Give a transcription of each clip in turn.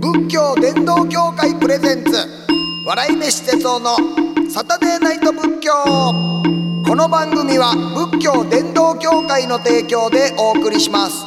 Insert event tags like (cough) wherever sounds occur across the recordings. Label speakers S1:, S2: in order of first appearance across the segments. S1: 道伝道協会プレゼンツ笑い飯哲夫のサタデーナイト仏教この番組は仏教伝道協会の提供でお送りします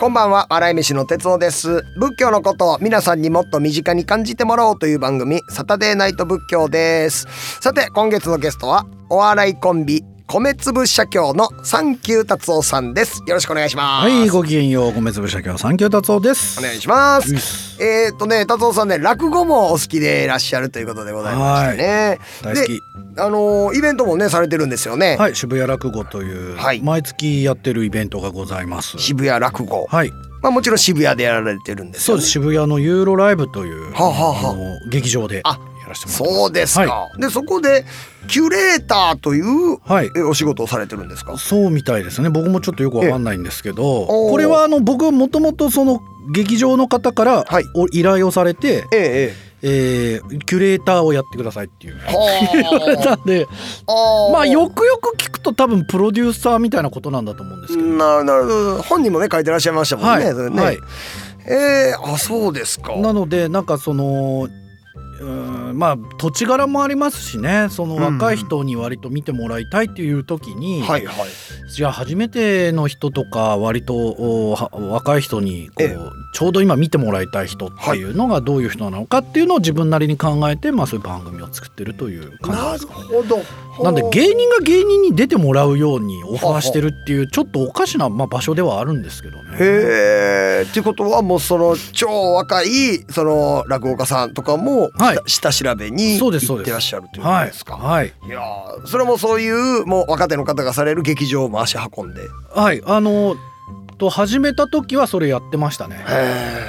S1: こんばんは笑い飯の哲夫です仏教のことを皆さんにもっと身近に感じてもらおうという番組サタデーナイト仏教ですさて今月のゲストはお笑いコンビ米粒社協のサンキュー達夫さんですよろしくお願いします
S2: はい、ごきげんよう、米粒社協三級達夫です。
S1: お願いします。えーっとね、達夫さんね、落語もお好きでいらっしゃるということでございましてね。
S2: 大好き
S1: で。あのーイベントもね、されてるんですよね。
S2: はい、渋谷落語という、
S1: はい
S2: 毎月やってるイベントがございます。
S1: 渋谷落語。
S2: はい、
S1: まあ、もちろん渋谷でやられてるんです
S2: そう
S1: よ
S2: で
S1: ね。
S2: す。渋谷のユーロライブという、
S1: はあはあはあ
S2: の劇場でや
S1: あ
S2: らせてもらってます。
S1: そうですか。
S2: は
S1: で、そこでキュレーターという、
S2: はい
S1: えお仕事をされてるんですか
S2: い。。そうみたいですね。僕もちょっとよくわかんないんですけど、
S1: おー
S2: これはあの僕もともとその劇場の方から
S1: はい
S2: お依頼をされて、
S1: ええ
S2: えーキュレーターをやってくださいっていう。
S1: ええ。は
S2: (laughs) なんで、
S1: あ
S2: (laughs) まあよくよく聞くと多分プロデューサーみたいなことなんだと思うんですけど。
S1: なるなるほど本人もね書いてらっしゃいましたもんね。それね
S2: はい。
S1: ええあそうですか。
S2: なのでなんかそのうーんまあ土地柄もありますしねその
S1: うんうん
S2: 若い人に割と見てもらいたいっていう時に、
S1: はいはい。
S2: じゃあ初めての人とか割とおは若い人にこ
S1: ええ
S2: うちょうど今見てもらいたい人っていうのがどういう人なのかっていうのを自分なりに考えて、まあ、そういう番組を作ってるという
S1: な
S2: 感
S1: る
S2: じですかね。
S1: ほど。
S2: なんで芸人が芸人に出てもらうようにオファ
S1: はあ
S2: ーしてるっていうちょっとおかしな、まあ、場所ではあるんですけどね。
S1: へえ。っていうことはもうその超若いその落語家さんとかも下,、
S2: はい
S1: 下調べに
S2: そうですそ
S1: 行
S2: う
S1: って
S2: です
S1: らっしゃるということ
S2: はい
S1: ですか。
S2: はい、
S1: い、やーそれもそういうもう若手の方がされる劇場も足運んで。へ
S2: はい、あのと始めた時はそれやってましたね。
S1: え。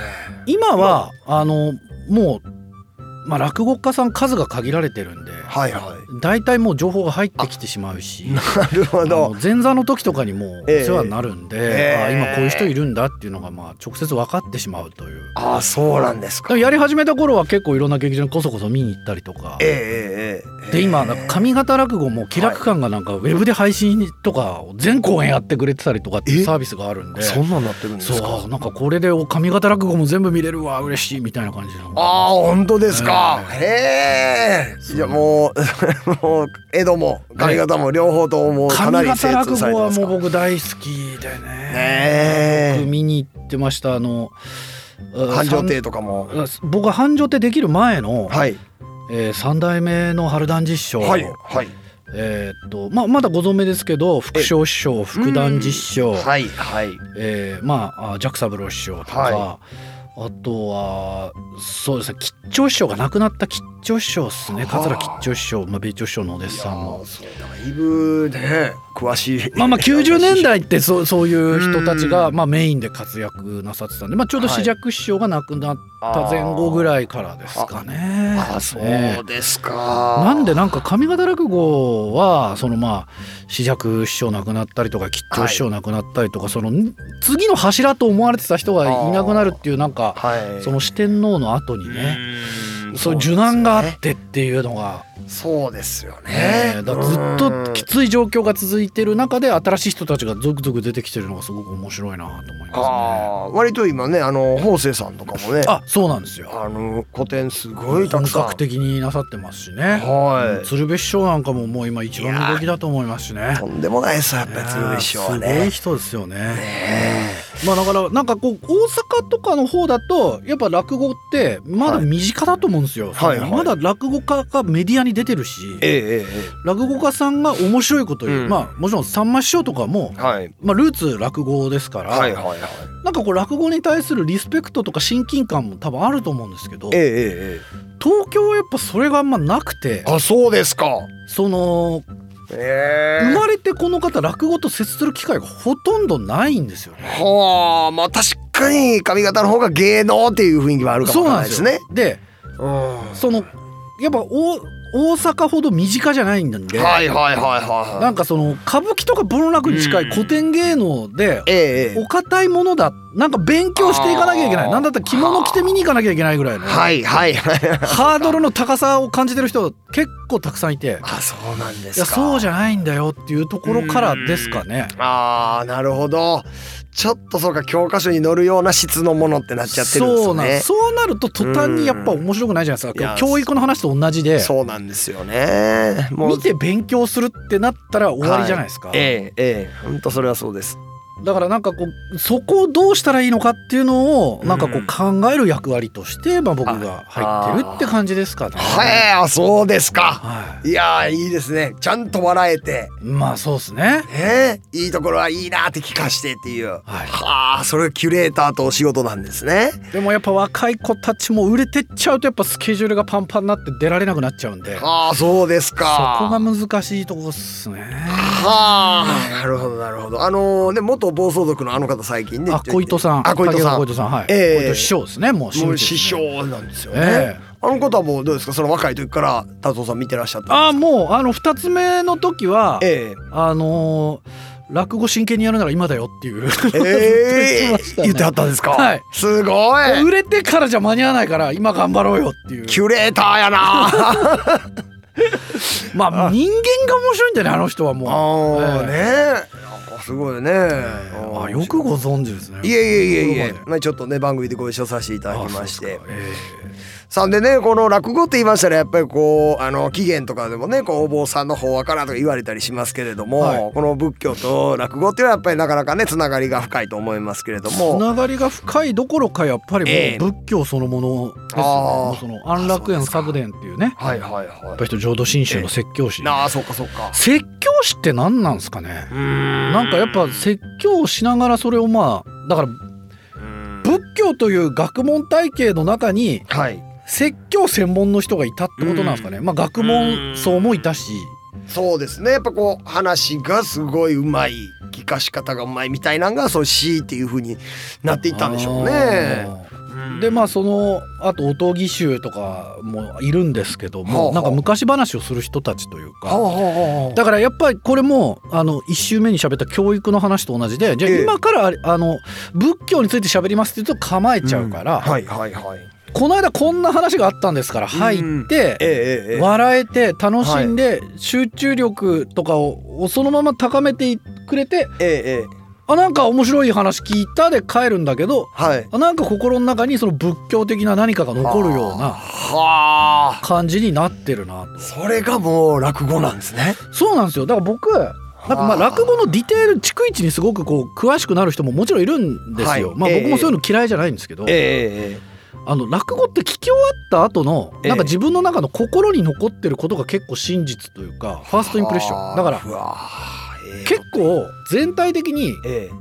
S2: 今はあのもうまあ落語家さん数が限られてるんで、
S1: はいはい。
S2: 大体もう情報が入ってきてしまうし。
S1: (laughs) なるほ
S2: あ
S1: ど
S2: の。前座の時とかにもうお
S1: ええ
S2: 世話になるんで、
S1: ええ
S2: あ今こういう人いるんだっていうのがまあ直接分かってしまうというだ
S1: ああそうなんです
S2: か
S1: か。
S2: ら
S1: え
S2: やり始めた頃は結構いろんな劇場にこそこそ見に行ったりとか、
S1: えええええ。
S2: で今なんか上方落語も気楽感がなんかウェブで配信とかを全公演やってくれてたりとかっていうサービスがあるんで、
S1: そんなんなってるんです
S2: そ
S1: か
S2: う。なんかこれでお上方落語も全部見れるわ嬉しいみたいな感じの
S1: ああ本当ですか。
S2: え
S1: へえ。いやもう (laughs) もう江戸も髪型も両方ともかな
S2: 上
S1: り
S2: 方
S1: 精
S2: 落
S1: 通され
S2: 語
S1: て
S2: は
S1: ます
S2: も
S1: か。
S2: う僕大好きでね
S1: ねえ
S2: 僕見に行ってましたあの
S1: 繁盛亭とかも。
S2: さん僕が繁盛亭できる前の、
S1: はい。
S2: えー三代目の春団実証、
S1: はい。はい。
S2: えーっとまあまだご存命ですけど副将師匠副団実証、
S1: はい。はい。
S2: えーまああジャック三郎師匠とか、
S1: は
S2: あとはそうですね吉兆師匠が亡くなった吉兆師匠ですね
S1: はあ
S2: 桂吉兆師匠、まあ、米朝師匠のお弟子さん
S1: いや
S2: も
S1: ー。そうだいぶね、詳しい。
S2: まあまあ90年代ってそうそういう人たち
S1: う
S2: が
S1: ん
S2: まあメインで活躍なさってたんで、まあ、ちょうど
S1: はい
S2: 四尺師匠が亡くなった前後ぐ
S1: い。
S2: らいからですかね。
S1: あー、
S2: え
S1: そ
S2: え
S1: うですか。
S2: なんでなんか上方落語はそのまあ四尺師匠亡くなったりとか吉兆師匠亡くなったりとか、その次の柱と思われてた人がいなくなるっていうなんか
S1: はい。
S2: その四天王の後にね、
S1: ね
S2: そういう受難があっ。てっていうのが、
S1: そうですよ
S2: ね
S1: ね。
S2: だからずっとき
S1: うん
S2: つい状況が続いてる中で新しい人たちが続々出てきてるのがすごく面白いなと思いま
S1: ああ、割と今ね、あの、法政さんとかもね
S2: すね。。あ、そうなんですよ。
S1: あの、古典すごいた
S2: 本
S1: くさん。
S2: 格的になさってますしね。
S1: は
S2: 鶴瓶師匠なんかももう今一番人気だと思いますしね
S1: い。。とんでもないですよ、やっぱり鶴瓶師匠はい
S2: やーすごい
S1: ね。
S2: 人ですよね。
S1: ね
S2: まあだからなんかこう大阪とかの方だとやっぱ落語ってまだ身近だと思うんですよ。
S1: はいはい
S2: まだ落語家がメディアに出てるし、
S1: ええええ
S2: 落語家さんが面白いこと言う、
S1: うん
S2: まあもちろんさんま師匠とかも
S1: ええ。はい。
S2: まあルーツ落語ですから、
S1: はいはいはい。
S2: なんかこう落語に対するリスペクトとか親近感も多分あると思うんですけど、
S1: えええええ
S2: 東京はやっぱそれがあんまなくて
S1: え。、あ、そうですか。
S2: その
S1: ええ
S2: 生まれてこの方落語と接する機会がほとんどないんですよね。
S1: はあまあ確かに髪型の方が芸能っていう雰囲気はあるかも
S2: そう
S1: わかん
S2: なん
S1: ない
S2: で
S1: ですすね。
S2: よでそのやっぱ大大阪ほど身近じゃないんで、
S1: はいはいはいはい
S2: な
S1: はい。
S2: んかその歌舞伎とか文楽に近
S1: う
S2: い
S1: ん
S2: 古典芸能で
S1: えええ
S2: お堅いものだなんか勉強していかなきゃいけな
S1: あ
S2: い
S1: ー
S2: なんだったら着物着て見に行かなきゃいけないぐらい
S1: え
S2: のハ
S1: はいはいはい。
S2: ードルの高さを感じてる人結構たくさんいて
S1: あそうなんで
S2: い
S1: す
S2: や
S1: か。
S2: そうじ
S1: ゃ。
S2: ゃないんだよっていうところからですかね。
S1: ああなるほど。ちょっとそうか教科書に載るような質のものってなっちゃってるんですね
S2: そうなんそうなると途端にやっぱ面白くないじゃないで
S1: う
S2: すか、
S1: んいや
S2: 教育の話と同じで
S1: そうなんですよねもう
S2: 見て勉強するってなったら終わりじゃないですか、
S1: ええええ本当それはそうです
S2: だからなんかこうそこをどうしたらいいのかっていうのをなんかこう考える役割として、まあ、僕が入ってるって感じですかね。
S1: はいあそうですか
S2: はい
S1: やーいいですねちゃんと笑えて
S2: い、まあそうですね。
S1: ねえいいところはいいなって聞かしてっていうは
S2: はい、
S1: あそれキュレーターとお仕事なんですね
S2: でもやっぱ若い子たちも売れてっちゃうとやっぱスケジュールがパンパンになって出られなくなっちゃうんでそこ
S1: ああそうですか
S2: が難しいとこっすね。
S1: はあなるほどなるほどあのーね元暴走族のあの方最近ね
S2: あ小糸さん
S1: あ小糸さん
S2: 竹田小糸さんはい、
S1: ええ
S2: 小糸師匠ですねもう
S1: も
S2: 匠
S1: う
S2: です
S1: 師
S2: ね
S1: 匠なんですよね、
S2: ええ
S1: あの方はもうどうですかその若い時から達夫さん見てらっしゃった
S2: あ
S1: んですか
S2: もうあの2つ目の時は、 (laughs)
S1: え
S2: あのー落語真剣にやるなら今だよっていう (laughs) ずっと
S1: え
S2: 言って
S1: え
S2: まし
S1: え
S2: たね
S1: 言ってあったんですか、
S2: はい
S1: すごい
S2: 売れてからじゃ間に合わないから今頑張ろうよっていう
S1: キュレーターや
S2: (laughs)
S1: な
S2: まあ人間が面白いんだよねあの人はもう
S1: ああ
S2: え
S1: ね
S2: え
S1: なんかすごいね、
S2: あよくご存知ですね
S1: いえいえいえいえ
S2: ここ、
S1: まあ、ちょっとね番組でご一緒させていただ
S2: まで
S1: きまし
S2: あ
S1: て
S2: そうですかえ
S1: さんでねこの落語って言いましたらやっぱりこうあの起源とかでもねこうお坊さんの法話からとか言われたりしますけれども、
S2: はい
S1: この仏教と落語っていうのはやっぱりなかなかねつながりが深いと思いますけれど
S2: えつ
S1: も。
S2: ながりが深いどころかやっぱ
S1: ええ
S2: りもう仏教そのものですよね、
S1: ああ
S2: もうその安楽
S1: あ
S2: 園
S1: そう
S2: 作殿っていうね
S1: はいはいは
S2: やっぱり人浄土真宗
S1: ええ
S2: の説教師、
S1: い。なあそっかそっか。
S2: 説教師って何なんですかね
S1: な
S2: なんかやっぱ説教をしながらそれをまあだから仏教という学問体系の中に
S1: はい
S2: 説教専門の人がいたってことなんですかね、まあ学問層もいたし
S1: そうですねやっぱこう話がすごいうまい聞かし方がうまいみたいなのがそうしいっていう風になっていったんでしょうね。
S2: あーでまあ
S1: そ
S2: そのあとおとぎ衆とかもいるんですけども、
S1: はあ
S2: なんか昔話をする人たちというか、
S1: はあはあはあ
S2: だからやっぱりこれもあの1周目に喋った教育の話と同じでじゃあ
S1: ええ
S2: 今からあれあの仏教について喋りますって言うと構えちゃうから、
S1: んはいはいはい。
S2: この間こんな話があったんですから入って、
S1: ええええ。
S2: 笑えて楽しんで集中力とかをそのまま高めてくれて
S1: ええええ。
S2: あなんか面白い話聞いたで帰るんだけど
S1: はい。
S2: あなんか心の中にその仏教的な何かが残るような
S1: はあ。
S2: 感じになってるな
S1: それがもう落語なんですね。
S2: とそうなんですよだから僕なんかまあ落語のディテール逐一にすごくこう詳しくなる人ももちろんいるんですよ、
S1: はい
S2: まあ
S1: ええ
S2: 僕もそういうの嫌いじゃないんですけど、
S1: ええ
S2: あの落語って聞き終わった後の
S1: ええ
S2: なんか自分の中の心に残ってることが結構真実というかファーストインプレッションだから
S1: うわあええ
S2: 結構全体的に
S1: ええ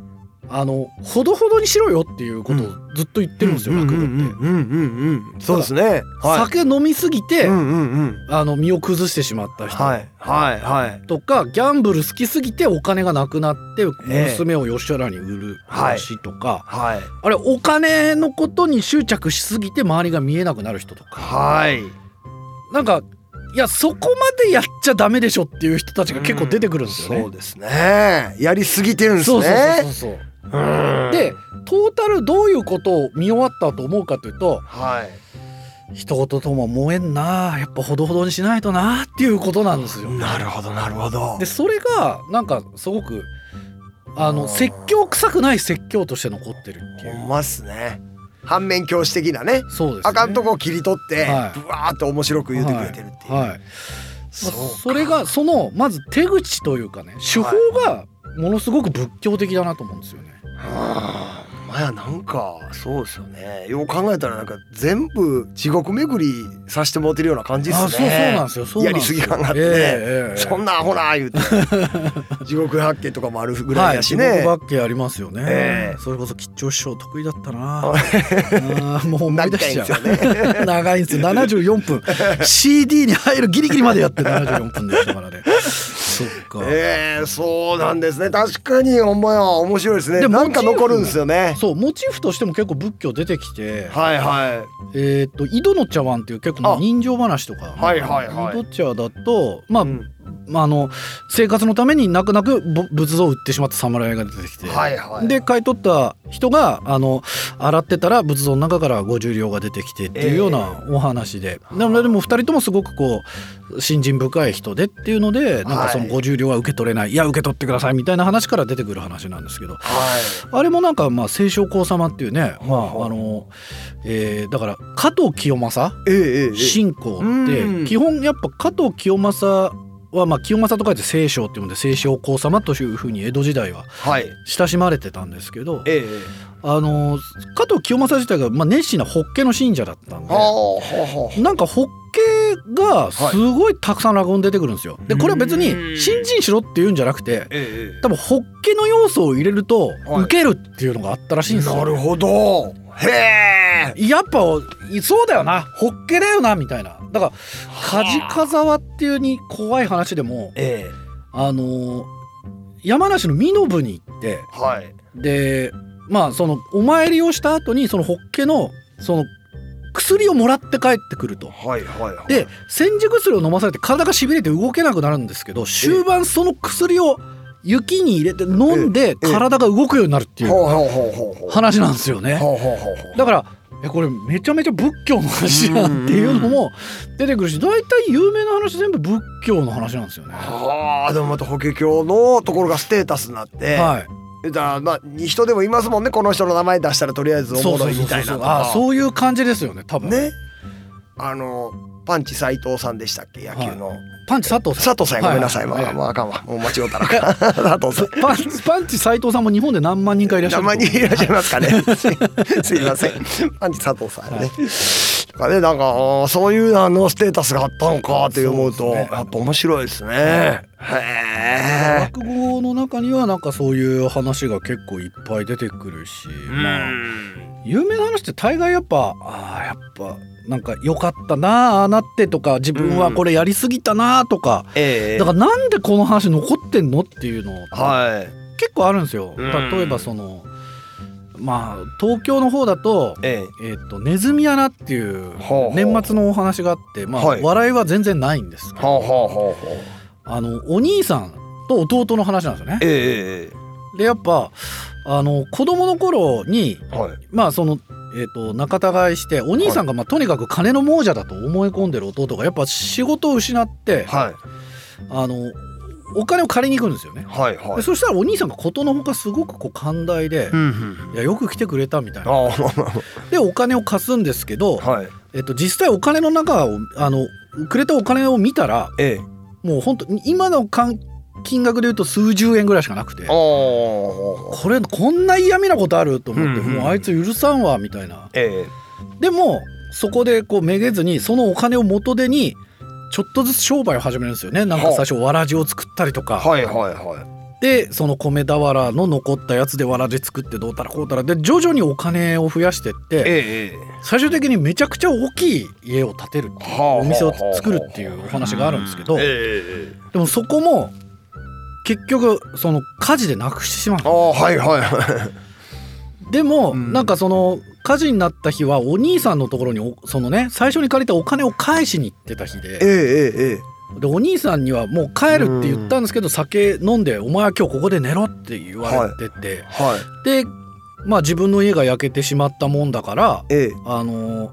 S2: あのほどほどにしろよっていうことをずっと言ってるんですよ
S1: う
S2: 落
S1: う
S2: 語
S1: ん
S2: って。
S1: うんうんうんうん。そうですね。は
S2: 酒飲みすぎ
S1: い。
S2: て
S1: うんうんうん。
S2: あの身を崩してしまった
S1: は
S2: 人
S1: いはいはい。
S2: とかギャンブル好きすぎてお金がなくなって
S1: ええ
S2: 娘を吉原に売る話とか
S1: はい。
S2: あれお金のことに執着しすぎて周りが見えなくなる人とか
S1: はい。
S2: なんかいやそこまでやっちゃダメでしょっていう人たちが結構出てくるんですよね。
S1: そうですね。やりすぎてるんです
S2: そうそうそうそ
S1: ね
S2: う。そう
S1: うん
S2: で、トータルどういうことを見終わったと思うかというと
S1: はい。
S2: 人事とも燃えんなやっぱほどほどにしないとなっていうことなんですよ。
S1: なるほどなるほど
S2: で。それがなんかすごくあ
S1: あー
S2: の説教臭くない説教として残ってるってい
S1: ほ
S2: うん
S1: まっすね。反面教師的なね。
S2: そうです、ね、
S1: あかんとこを切り取って、
S2: はい
S1: ぶわーっと面白く言うてくれてるっていう。
S2: はい、
S1: そうか
S2: それがそのまず手口というかね手法がものすごく仏教的だなと思うんですよね。
S1: はあまやなんかそうですよねよう考えたらなんか全部地獄巡りさしてもらってるような感じですね
S2: あそうそうなんですよそ
S1: やり
S2: うなんですよ
S1: すぎ感があってね
S2: ええええ
S1: そんなアホな言うて地獄八景とかもあるぐらいやし
S2: はい、
S1: ね、
S2: 地獄バッケありますよね、
S1: ええ
S2: それこそ吉兆師匠得意だった
S1: (laughs)
S2: な
S1: は
S2: あーもう思い出しちゃ
S1: 長いんですよ
S2: う長いんですよ74分 CD に入るギリギリまでやって74分でしたからねそっか、
S1: ええそうなんですね確かにほんまや面白いですね
S2: で
S1: なんか
S2: モチーフ
S1: 残るんですよね
S2: そうモチーフとしても結構仏教出てきて、
S1: はいはい
S2: えっ、と井戸の茶碗っていう結構もう人情話とか
S1: はいはいはい
S2: 井戸茶だとまあ、
S1: うん
S2: まあ、あの生活のために泣く泣くぼ仏像を売ってしまった侍が出てきて、
S1: はいはい
S2: で買い取った人があの洗ってたら仏像の中から50両が出てきてっていうようなお話で、なのででも2人ともすごくこう信心深い人でっていうのでなんかその
S1: はい
S2: 50両は受け取れない、い、や受け取ってくださいみたいな話から出てくる話なんですけど
S1: はい
S2: あれもなんかまあ清少公様っていうね、ま
S1: ほうほう
S2: ああのえーだから加藤清正
S1: ええええ
S2: 信仰
S1: う
S2: っ
S1: ん
S2: て基本やっぱ加藤清正はまあ清正と書いて清少っていうので清少公様というふうに江戸時代は
S1: はい
S2: 親しまれてたんですけど
S1: ええ
S2: あの加藤清正自体がまあ熱心な法華の信者だった
S1: は
S2: ん
S1: あ
S2: で
S1: はあは
S2: なんか法華がすごいたくさん落語に出てくるんですよ。でこれは別
S1: うん
S2: に信心しろっていうんじゃなくて
S1: ええ
S2: 多分法華の要素を入れると
S1: はい
S2: 受けるっていうのがあったらしいん
S1: え
S2: ですよ。
S1: なるほどへえ
S2: やっぱそうだよなホッケだよなみたいなだから梶
S1: はあ
S2: 沢っていうに怖い話でも
S1: ええ
S2: あのー山梨の身延に行って
S1: はい
S2: でまあそのお参りをした後にそのホッケのその薬をもらって帰ってくると。
S1: はいはいはい
S2: で煎じ薬を飲まされて体がしびれて動けなくなるんですけど終盤その薬を雪に入れて飲んで
S1: ええ
S2: 体が動くようになるっていう
S1: ほうほうほうほうほう
S2: 話なんですよね。
S1: ほうほうほうほう
S2: だからえこれめちゃめちゃ仏教の話やんっていうのも出てくるし大体有名な話全部仏教の話なんですよね。は
S1: はあでもまた法華経のところがステータスになって、
S2: い、
S1: だからまあ人でもいますもんねこの人の名前出したらとりあえずお
S2: そう
S1: も
S2: そ
S1: ろ
S2: う
S1: い
S2: そう
S1: み
S2: そ
S1: た
S2: う
S1: いなと
S2: あ
S1: か
S2: そういう感じですよね多分
S1: ねあのパンチ斎藤さんでしたっけ野球の、
S2: パンチ佐藤さん
S1: 佐藤さんやごめんなさい、
S2: は
S1: まあ
S2: は
S1: まああかんわ (laughs) もう間違うたら佐藤さん
S2: パンチパンチ斉藤さんも日本で何万人かいらっしゃ
S1: た
S2: る
S1: まにいらっしゃいますかね (laughs) すいませんパンチ佐藤さんね、
S2: はい
S1: とかねなんかあーそういうあのステータスがあったのかって思うと
S2: そうですね
S1: やっぱ面白いですねへえ
S2: 落語の中にはなんかそういう話が結構いっぱい出てくるし、まあ有名な話って大概やっぱあーやっぱなんか良かったなああなってとか自分はこれやりすぎたなあとか、
S1: ええ
S2: だからなんでこの話残ってんのっていうの
S1: はい
S2: 結構あるんですよ。
S1: うん
S2: 例えばそのまあ東京の方だと
S1: ええ
S2: えっ、とネズミ穴っていう
S1: ほうほう
S2: 年末のお話があってまあ
S1: はい
S2: 笑いは全然ないんですけ
S1: ほ
S2: ど
S1: うほうほうほう
S2: あのお兄さんと弟の話なんですよね。
S1: ええ
S2: でやっぱあの子供の頃に
S1: ええはい
S2: まあそのえー、と仲違いしてお兄さんが、まあ、とにかく金の亡者だと思い込んでる弟がやっぱ仕事を失って
S1: はい
S2: あのお金を借りに行くんですよね。
S1: はいは
S2: で
S1: い
S2: そしたらお兄さんがことのほかすごくこう寛大で、
S1: んうん
S2: いやよく来てくれたみたい
S1: あ
S2: な
S1: あ
S2: でお金を貸すんですけど、
S1: はい
S2: えっと、実際お金の中をあのくれたお金を見たら
S1: ええ
S2: もう本当に今の金金額で言うと数十円ぐらいしかなくて
S1: ああは
S2: これこんな嫌味なことあると思って、
S1: うんうん
S2: もうあいつ許さんわみたいな
S1: あええ
S2: でもそこでこうめげずにそのお金を元手にちょっとずつ商売を始めるんですよねなんか最初わらじを作ったりとか、
S1: はいはいはい
S2: でその米俵の残ったやつでわらじ作ってどうたらこうたらで徐々にお金を増やしてって
S1: ええ
S2: 最終的にめちゃくちゃ大きい家を建てるっていう
S1: はあはあ
S2: お店を作るっていうお話があるんですけど
S1: ええ
S2: で
S1: ええ
S2: もそこも結局その火事でなくしてしま
S1: ああはいはい (laughs) はい
S2: うでも
S1: うん
S2: なんかその火事になった日はお兄さんのところにおそのね最初に借りたお金を返しに行ってた日
S1: ええええ
S2: で
S1: ええ
S2: でお兄さんにはもう帰るって言ったんですけど酒飲んで「お前は今日ここで寝ろ」って言われてて
S1: はい
S2: でまあ自分の家が焼けてしまったもんだから
S1: ええ
S2: あのー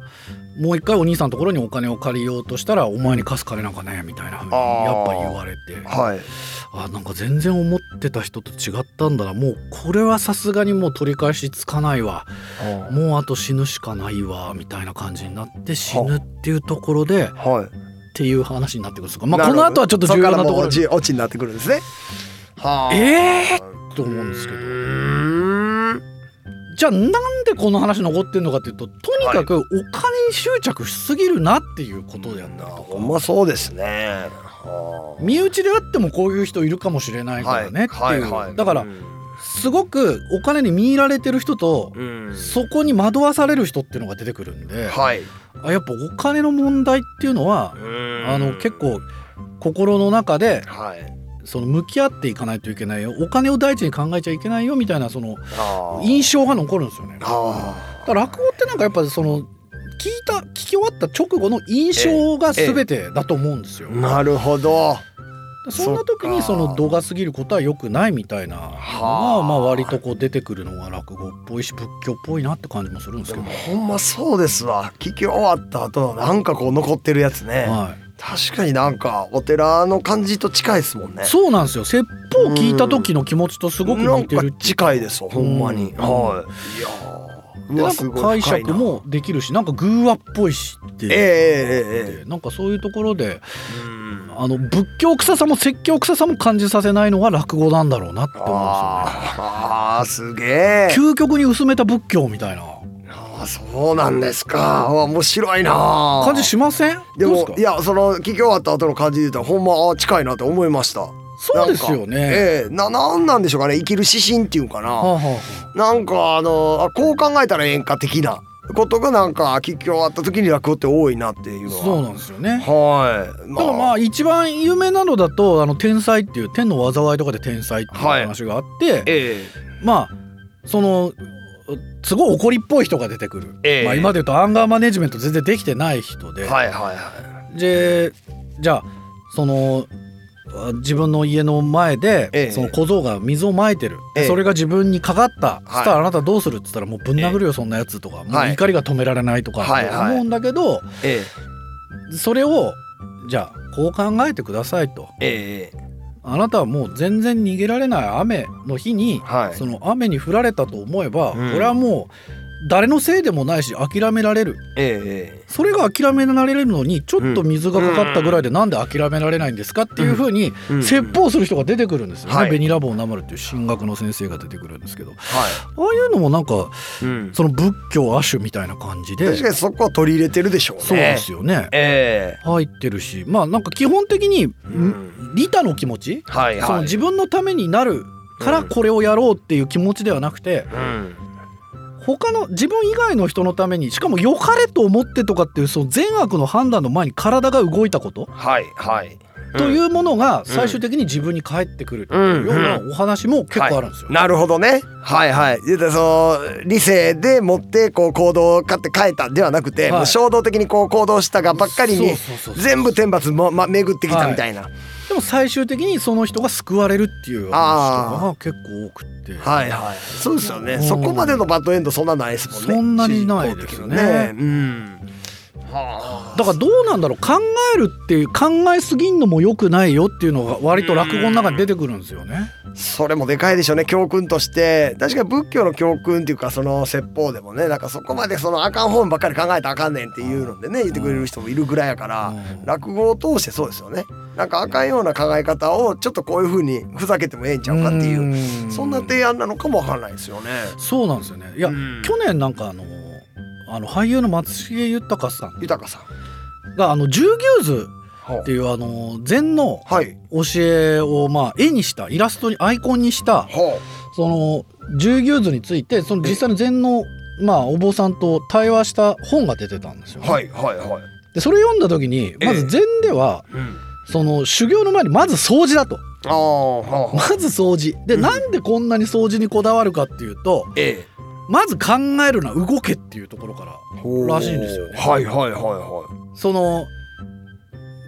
S2: もう一回お兄さんのところにお金を借りようとしたら「お前に貸す金なんかね」みたいな風に
S1: あー
S2: やっぱ言われて
S1: はい
S2: あなんか全然思ってた人と違ったんだなもうこれはさすがにもう取り返しつかないわもうあと死ぬしかないわみたいな感じになって死ぬっていうところでっ
S1: はい
S2: ていう話になってくるんですか、ま
S1: な
S2: あ、
S1: る
S2: こ
S1: ほど
S2: の後はちょっと重要なところ
S1: そっ
S2: に
S1: からもう落ち落ちになってくるんですねはあ
S2: えーと思うんですけど
S1: ど
S2: じゃあなんでこの話残ってるのかっていうととにかくお金に執着しすぎるなっていうことであったりとか
S1: ほんまそうですねはあ
S2: 身内であってもこういう人いるかもしれないからねっていう、だから
S1: う
S2: すごくお金に見入られてる人と、
S1: ん
S2: そこに惑わされる人っていうのが出てくるんで
S1: はい
S2: あやっぱお金の問題っていうのは、あの結構心の中で
S1: はい
S2: その向き合っていかないといけないよお金を第一に考えちゃいけないよみたいなその
S1: あー
S2: 印象が残るんですよね。だか
S1: あ
S2: ら落語ってなんかやっぱその聞いた聞き終わった直後の印象が全てだと思うんですよ。
S1: ーなるほど
S2: そんな時にその度が過ぎることは良くないみたいなのが
S1: はあ
S2: まあ割とこう出てくるのが落語っぽいし仏教っぽいなって感じもするんです
S1: で
S2: け
S1: も
S2: ど、
S1: ほんまそうですわ聞き終わった後のなんかこう残ってるやつね、
S2: は
S1: 確かになんかお寺の感じと近いですもんね
S2: い、そうなんですよ説法聞いた時の気持ちとすごく似て
S1: なん
S2: るっ
S1: か
S2: ていう
S1: 近いですわほんまに、
S2: うん
S1: はいいやーう
S2: でな
S1: わ
S2: ん
S1: す
S2: か
S1: ごい
S2: 解
S1: 深いな
S2: 釈もできるしなんか偶話っぽいしって
S1: ええ
S2: いう、
S1: ええええ
S2: なんかそういうところで
S1: うん
S2: あの仏教臭さも説教臭さも感じさせないのが落語なんだろうなって思うんですよね。
S1: あーあーすげえ
S2: 究極に薄めた仏教みたいな
S1: あーそうなんですかあー面白いな
S2: 感じしません
S1: で
S2: どう
S1: も
S2: すか
S1: いやその聞き終わった後の感じで言ったらほんまあー近いなって思いました
S2: そうですよ
S1: なんか
S2: ね。
S1: ええななんなんでしょうかね生きる指針っていうかな、
S2: はあはあは
S1: なんかあのあこう考えたらええんか的なことがなんか聞き終わった時に落語って多いなってい
S2: あ
S1: うのは
S2: そうなんですよね。
S1: はい
S2: だからまあ一番有名なのだと「あの天才」っていう天の災いとかで天才っていう話があって、
S1: え
S2: まあそのすごい怒りっぽい人が出てくる、
S1: ええ
S2: まあ、今で言うとアンガーマネジメント全然できてない人で、
S1: えはいはいはい
S2: でじゃあそのあ自分の家の前で、
S1: ええ
S2: その小僧が水をまいてる、で
S1: ええ
S2: それが自分にかかった、
S1: い
S2: そしたらあなたどうするっつったらもうぶん殴るよ、そんなやつとかも
S1: は
S2: う
S1: い
S2: 怒りが止められないとか
S1: はいはい
S2: 思うんだけど、
S1: え
S2: それをじゃあこう考えてくださいと
S1: えええ
S2: あなたはもう全然逃げられない雨の日に、
S1: はい
S2: その雨に降られたと思え
S1: う
S2: ば、
S1: ん
S2: これはもう誰のせいでもないし諦められる
S1: ええ
S2: それが諦められるのにちょっと水がかかったぐらいでなんで諦められないんですかっていうふうに
S1: ええ
S2: 説法する人が出てくるんですよね、
S1: はい
S2: ベニラボをなまるっていう神学の先生が出てくるんですけどあ
S1: は
S2: あいうのもなんか
S1: い、うん、
S2: その仏教亜種みたいな感じで
S1: 確かにそこは取り入れてるでしょうね
S2: そうですよね
S1: え
S2: 入ってるしまあなんか基本的に、
S1: えうん
S2: 利他の気持ち
S1: はいはい
S2: その自分のためになるからこれをやろうっていう気持ちではなくて、
S1: うん
S2: 他の自分以外の人のためにしかも良かれと思ってとかっていうその善悪の判断の前に体が動いたこと、
S1: はいはい
S2: といううものが最終的に自分に返ってくるっていうようなお話も結構あるんですよ。
S1: んなるほどねはいはいでその理性で持ってこう行動を買って変えたんではなくて、
S2: はい
S1: もう衝動的にこう行動したがばっかりに
S2: そうそうそう
S1: 全部天罰も、ま、巡ってきたみたいな、
S2: でも最終的にその人が救われるっていう話とかが結構多くって、
S1: はいはい。そうですよね。
S2: うん
S1: そこまでのバッドエンドそんなないですもんね。
S2: そんなにないですね
S1: 主人公的にねうん。は
S2: だからどうなんだろう考えるっていう考えすぎんのも良くないよっていうのが割と落語の中に出てくるんですよね。
S1: あ。それもでかいでしょうね。教訓として、確かに仏教の教訓っていうかその説法でもね、なんかそこまでそのあかん本ばっかり考えたらあかんねんっていうのでね、言ってくれる人もいるぐらいやから、
S2: うん
S1: 落語を通してそうですよね。なんかあかんような考え方をちょっとこういう風にふざけてもええんちゃうかっていう。
S2: う
S1: そんな提案なのかもわかんないですよね。
S2: そうなんですよね。いや、
S1: うん
S2: 去年なんかあのあの俳優の松重豊さん
S1: 豊さん。
S2: があの十牛図
S1: は
S2: っていうあの禅の
S1: あはい。
S2: 教えをまあ絵にしたイラストにアイコンにした
S1: は
S2: その十牛図についてその実際の禅のまあお坊さんと対話した本が出てたんですよ、
S1: あ。はいはいはい。
S2: でそれ読んだ時にまず禅では
S1: うん。
S2: その修行の前にまず掃除だと
S1: ああ。はあ
S2: まず掃除で
S1: うん
S2: なんでこんなに掃除にこだわるかっていうと
S1: え
S2: まず考えるな動けっていうところから
S1: え
S2: らしいんですよね
S1: はいはいはいはい。
S2: その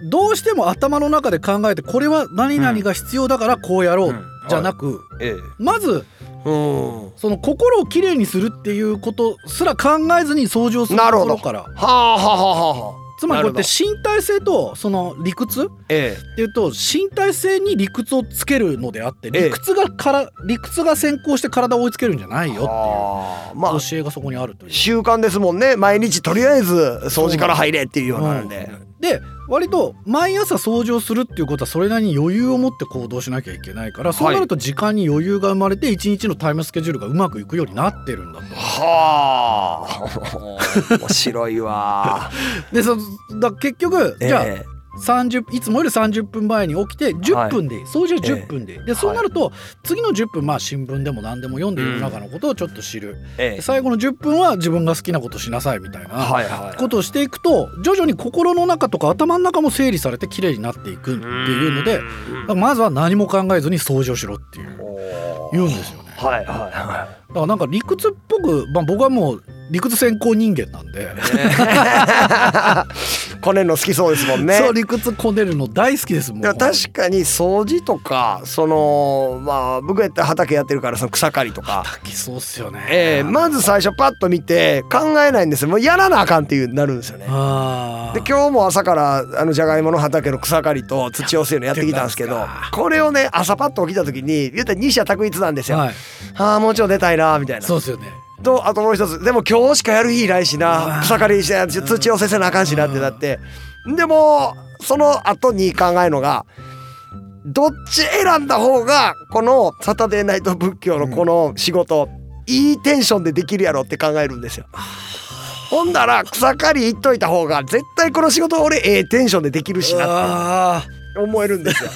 S2: どうしても頭の中で考えてこれは何々が必要だからこうやろう、
S1: うん
S2: じゃなく、
S1: ええ。
S2: まず
S1: うん。は
S2: その心をきれいにするっていうことすら考えずに掃除をすると
S1: なる
S2: こ
S1: ほど
S2: ろから
S1: あはあはあはあ。
S2: つまりこうやって
S1: なる
S2: 身体性とその理屈っ
S1: え
S2: ていうと身体性に理屈をつけるのであって
S1: ええ
S2: 理屈がから理屈が先行して体を追いつけるんじゃない
S1: え。
S2: よっ
S1: ああ
S2: て
S1: ま
S2: いう
S1: あ
S2: 教えがそこにあるという。
S1: 習慣ですもんね。毎日とりあえず掃除から入れっていうようなんで。
S2: で割と毎朝掃除をするっていうことはそれなりに余裕を持って行動しなきゃいけないからそうなると時間に余裕が生まれて一日のタイムスケジュールがうまくいくようになってるんだと。
S1: はあ。面白い
S2: (laughs)
S1: わ。
S2: でそだ結局じゃあ
S1: ええ
S2: 30いつもより30分前に起きて10分でいい掃除は
S1: ええ
S2: 10分でいいでそうなると次の10分まあ新聞でも何でも読んで世の中のことをちょっと知る
S1: え
S2: で
S1: え。
S2: 最後の10分は自分が好きなことしなさいみたいな
S1: はいはい。
S2: ことをしていくと徐々に心の中とか頭の中も整理されて綺麗になっていくっていうので。だからまずは何も考えずに掃除をしろっていう
S1: おー
S2: 言うんですよね。
S1: はいはいは
S2: だからなんか理屈っぽく、まあ、僕はもう理屈専攻人間なんで、
S1: こねるの好きそうですもんね。
S2: そう理屈こねるの大好きですもん
S1: いや確かに掃除とかそのまあ僕やったら畑やってるからその草刈りとか、
S2: にそうっすよね
S1: えー、まず最初パッと見て考えないんですよもうやらなあかんっていうなるんですよね。
S2: あ
S1: で今日も朝からあのじゃがいもの畑の草刈りと土寄せのやってきたんですけど
S2: やってたんです
S1: これをね朝パッと起きた時に言ったら二者択一なんです
S2: 日
S1: よ。
S2: はい
S1: ああもうちょい出たいなみたいな
S2: そうっすよね
S1: とあともう一つでも今日しかやる日ないし
S2: う
S1: な
S2: わ
S1: 草刈りして土をせせなあかんしなってなってでもその後に考えるのがどっち選んだ方がこの「サタデーナイト仏教」のこの仕事、いいテンションでできるやろって考えるんですよ。ほんなら草刈り行っといた方が絶対この仕事俺ええテンションでできるしなっ
S2: あ
S1: て思えるんですよ。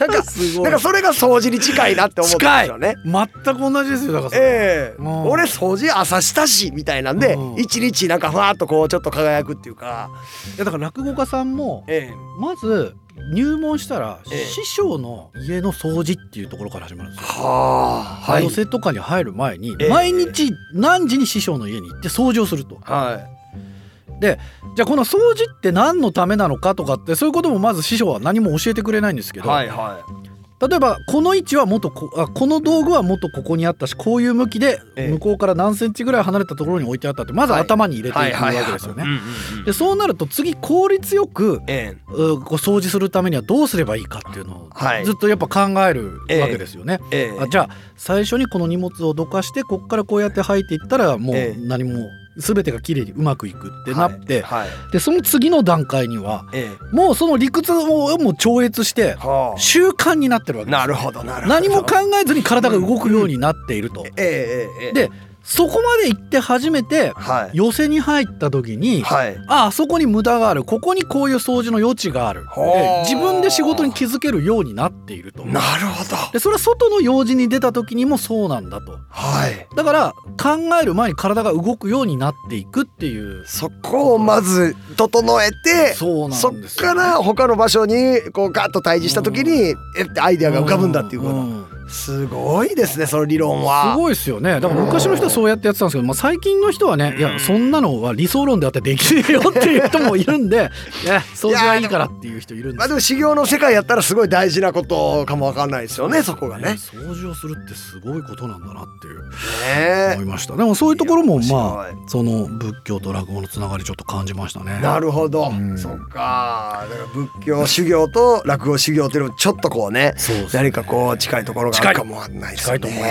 S1: なんか
S2: す
S1: なんかそれが掃除に近いなって思ったんですよね。
S2: 全く同じですよだからそれ
S1: ええ
S2: うん
S1: 俺掃除朝したしみたいなんで
S2: うん
S1: 一日なんかふわーっとこうちょっと輝くっていうか、
S2: いやだから落語家さんも
S1: え
S2: まず入門したら
S1: ええ
S2: 師匠の家の掃除っていうところから始まるんですよ。
S1: はあ
S2: 寄席とかに入る前に、
S1: ええ
S2: 毎日何時に師匠の家に行って掃除をすると
S1: はい
S2: じゃあこの掃除って何のためなのかとかってそういうこともまず師匠は何も教えてくれないんですけど、
S1: はいはい
S2: 例えばこの位置は元こあこの道具は元ここにあったしこういう向きで
S1: ええ
S2: 向こうから何センチぐらい離れたところに置いてあったってまず
S1: はい
S2: 頭に入れて
S1: はいい
S2: くわ
S1: はい
S2: けですよね。でそうなると次効率よく
S1: ええ
S2: うんこう掃除するためにはどうすればいいかっていうのを
S1: はい
S2: ずっとやっぱ考えるわけですよね。
S1: ええ
S2: あじゃあ最初にこの荷物をどかしてこっからこうやって入っていったらもう
S1: ええ
S2: 何も全てがきれいにうまくいくってなって、
S1: はい、はい
S2: でその次の段階には
S1: ええ
S2: もうその理屈をもう超越して
S1: はあ
S2: 習慣になってるわけです
S1: なるほどなるほど
S2: 何も考えずに体が動くようになっていると。
S1: ええええええ
S2: でそこまで行って初めて
S1: はい
S2: 寄せに入った時に、
S1: はい
S2: ああそこに無駄があるここにこういう掃除の余地がある
S1: ほう
S2: で自分で仕事に気づけるようになっていると
S1: なるほど
S2: でそれは外の用事に出た時にもそうなんだと
S1: はい
S2: だから考える前に体が動くようになっていくっていう
S1: そこをまず整えて
S2: そうな
S1: そ
S2: んで
S1: っ
S2: すよ
S1: か、ら他の場所にこうガッと対峙した時に、えってアイデアが浮かぶんだっていうこと、
S2: んん
S1: すごいですねその理論は
S2: すごいですよねだから昔の人はそうやってやってたんですけど、まあ、最近の人はねいやそんなのは理想論であってできねえよっていう人もいるん
S1: (laughs)
S2: でいや掃除はいいからっていう人いるんで
S1: まあ
S2: す
S1: でも修行の世界やったらすごい大事なことかもわかんないですよねそこがね。ね
S2: 掃除をするってすごいことなんだなっていう
S1: え
S2: 思いましたでもそういうところも
S1: いや面
S2: ま
S1: 白い
S2: あその仏教と落語のつながりちょっと感じましたね。
S1: なるほど、
S2: うん
S1: そっかだから仏教修行と落語修行っていうのもちょっとこうね
S2: そうですね
S1: 何かこう近いところがあ
S2: 近い
S1: るかもわかんないです
S2: 近
S1: ね。
S2: いと思い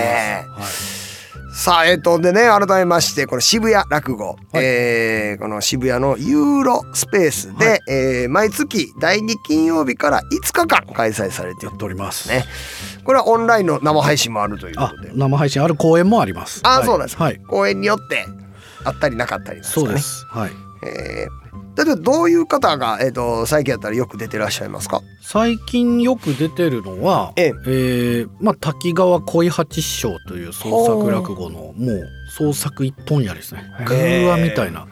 S2: ます。
S1: さあえっ、とでね改めましてこの渋谷落語、
S2: はい
S1: えーこの渋谷のユーロスペースで、
S2: はい
S1: えー毎月第2金曜日から5日間開催されてい
S2: や
S1: る
S2: っております。
S1: ねこれはオンラインの生配信もあるというこ
S2: あ
S1: とで、
S2: 生配信ある公演もあります。
S1: あー、
S2: はい
S1: そうなんですか、
S2: はい。
S1: 公演によってあったりなかったりなんですか
S2: そ
S1: ね
S2: うです。はい。
S1: えー例えばどういう方が、えー、と最近やったらよく出てらっしゃいますか
S2: 最近よく出てるのは、
S1: ええ
S2: ーまあ滝川恋八師匠という創作落語のもう創作一本やりですね。偶話みたいな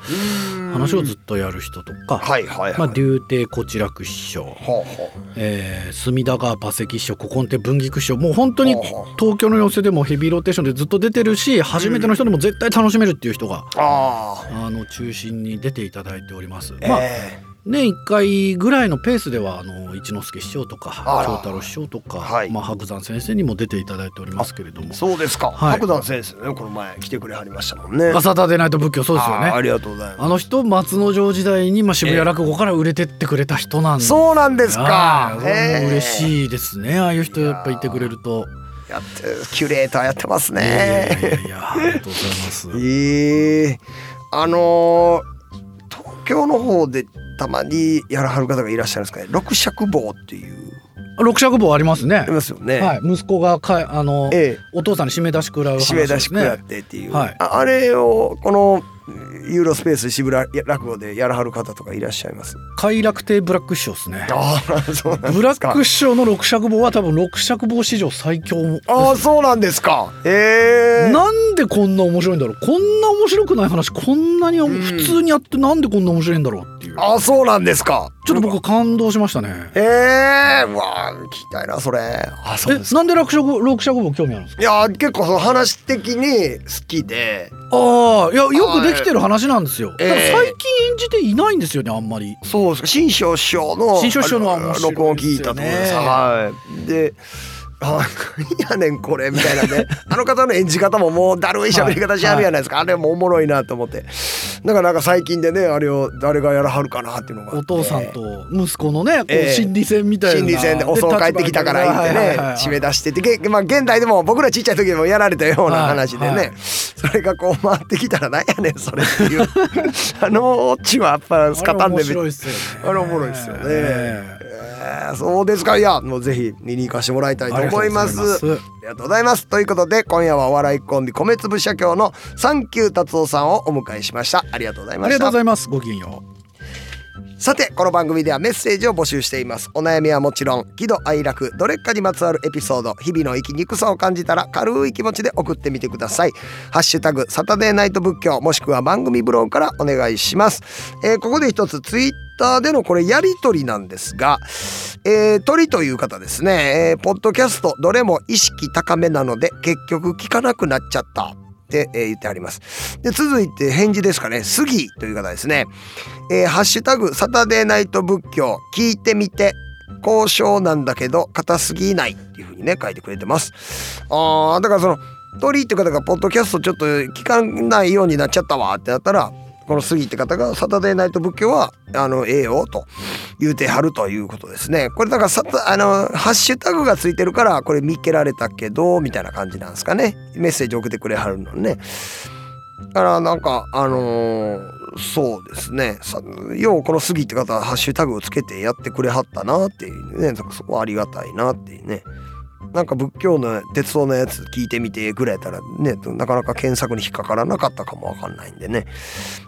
S2: 話をずっとやる人とか、
S1: はいはいはい、
S2: まあ竜亭こちらく師匠、
S1: ほうほう
S2: えー、隅田川馬石師匠古今亭文菊師匠もう本当に
S1: ほうほう
S2: 東京の寄せでもヘビーローテーションでずっと出てるし初めての人でも絶対楽しめるっていう人が、
S1: あ
S2: あの中心に出ていただいております。
S1: ー、
S2: まあ
S1: え
S2: 年1回ぐらいのペースではあの一之輔師匠とか
S1: あら
S2: 長太郎師匠とか、
S1: はい
S2: まあ、白山先生にも出ていただいておりますけれども
S1: ーそうですか、
S2: はい
S1: 白山先生ねこの前来てくれはりましたもんね
S2: 「朝立てないと仏教」そうですよ
S1: あーあ
S2: ね。
S1: りがとうございます
S2: あの人松之丞時代に、まあ、渋谷落語から売れてってくれた人なんで
S1: そうなんですか
S2: あーこれも嬉
S1: い、
S2: しいですねああいう人やっぱいてくれると。
S1: えーやってキュレーターやってます
S2: いやい
S1: ね
S2: やいやいやありがとうございます。
S1: ええあのー東京の方でたまにやらはる方がいらっしゃるんですかね六尺棒っていう
S2: 六尺棒ありますね
S1: あり。ますよね、
S2: はい、息子がかいあの、
S1: え
S2: お父さんに締め出し食らう
S1: え
S2: 話
S1: 締め出
S2: です
S1: し
S2: ね。
S1: 食らってっていう、
S2: はい
S1: ああれをこのユーロスペース渋谷落語でやらはる方とかいらっしゃいます
S2: 快楽亭ブラック師匠ですね。
S1: ああそうなん
S2: ブラック師匠の六尺棒は多分六尺棒史上最強です。
S1: ああそうなんですかええ
S2: なんなんでこんな面白いんだろうこんな面白くない話こんなに普通にやってなんでこんな面白いんだろうっていう
S1: あそうなんですか
S2: ちょっと僕感動しましたね
S1: えー、うわあ聞きたいなそれあそう
S2: え
S1: です
S2: なんで落車語落車語も興味あるんですか
S1: いや結構その話的に好きで
S2: ああいやよくできてる話なんですよだ
S1: ええ
S2: から最近演じていないんですよねあんまり
S1: そうですか新章師匠の
S2: 新章師匠のは面白いですよね
S1: 録音を聞いたと思いますはいで「あ何やねんこれ」みたいな
S2: (laughs)
S1: ねあの方の演じ方ももうだるい喋り方しはるじゃないですか、あれもおもろいなと思ってだからなんか最近でねあれを誰がやらはるかなっていうのがあ
S2: お
S1: って
S2: 父さんと息子のねこ
S1: え
S2: う
S1: え
S2: 心理戦みたいな
S1: 心理戦で襲う帰ってきたから言ってね締め出しててげ、まあ、現代でも僕らちっちゃい時でもやられたような話でね、
S2: はいはい
S1: それがこう回ってきたらなんやねんそれって
S2: (laughs)
S1: いうあのオチはやっぱスカタンで
S2: め
S1: め
S2: 白いっすよね
S1: あれおもろいですよね。
S2: ええ
S1: えーそうですかいやもうぜひ見に行かしてもらいたいと思います。
S2: ありがとうございます
S1: ありがとうございます。ということで今夜はお笑いコンビ米粒社協のサンキュー達夫さんをお迎えしました。ありがとうござい
S2: あ
S1: ま
S2: り
S1: し
S2: がと
S1: た
S2: うご。ざいますごきげんよう
S1: さてこの番組ではメッセージを募集していますお悩みはもちろん喜怒哀楽どれかにまつわるエピソード日々の生きにくさを感じたら軽い気持ちで送ってみてくださいハッシュタグサタデーナイト仏教もしくは番組ブログからお願いします、えーここで一つツイッターでのこれやりとりなんですが、えー鳥という方ですね、えーポッドキャストどれも意識高めなので結局聞かなくなっちゃったって、えー言ってありますで続いて返事ですかね杉という方ですねえーハッシュタグサタデーナイト仏教聞いてみて交渉なんだけど硬すぎないっていう風にね書いてくれてますあーだからその鳥って方がポッドキャストちょっと聞かないようになっちゃったわってなったらこの杉って方がサタデーナイト仏教はあのええよと言うてはるということですねこれだからサタあのハッシュタグがついてるからこれ見っけられたけどみたいな感じなんですかねメッセージ送ってくれはるのねだからなんかあのーそうですねさようこの杉って方はハッシュタグをつけてやってくれはったなっていうねなんかそこはありがたいなっていうねなんか仏教の鉄道のやつ聞いてみてぐらいやったらねなかなか検索に引っかからなかったかもわかんないんでね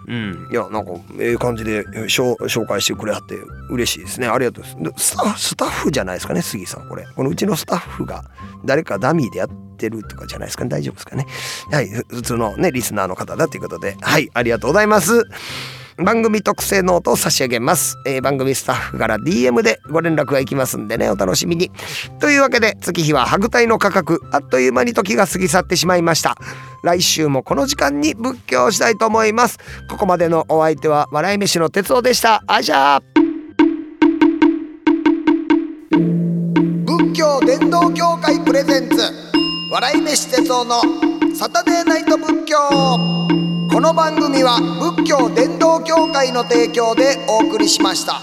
S1: うんいやなんかええ感じでえしょ紹介してくれはって嬉しいですねありがとうございますでスタスタッフじゃないですかね杉さんこれこのうちのスタッフが誰かダミーでやってるとかじゃないですかね大丈夫ですかねはい、ふ普通のね、リスナーの方だということで、はい、ありがとうございます。番組特製ノートを差し上げます、えー番組スタッフから DM でご連絡がいきますんでね、お楽しみに。というわけで、月日は白帯の価格、あっという間に時が過ぎ去ってしまいました。来週もこの時間に仏教をしたいと思います。ここまでのお相手は、笑い飯の哲夫でした。あじゃあ仏教伝道協会プレゼンツ笑い飯哲夫のサタデーナイト仏教この番組は仏教伝道協会の提供でお送りしました。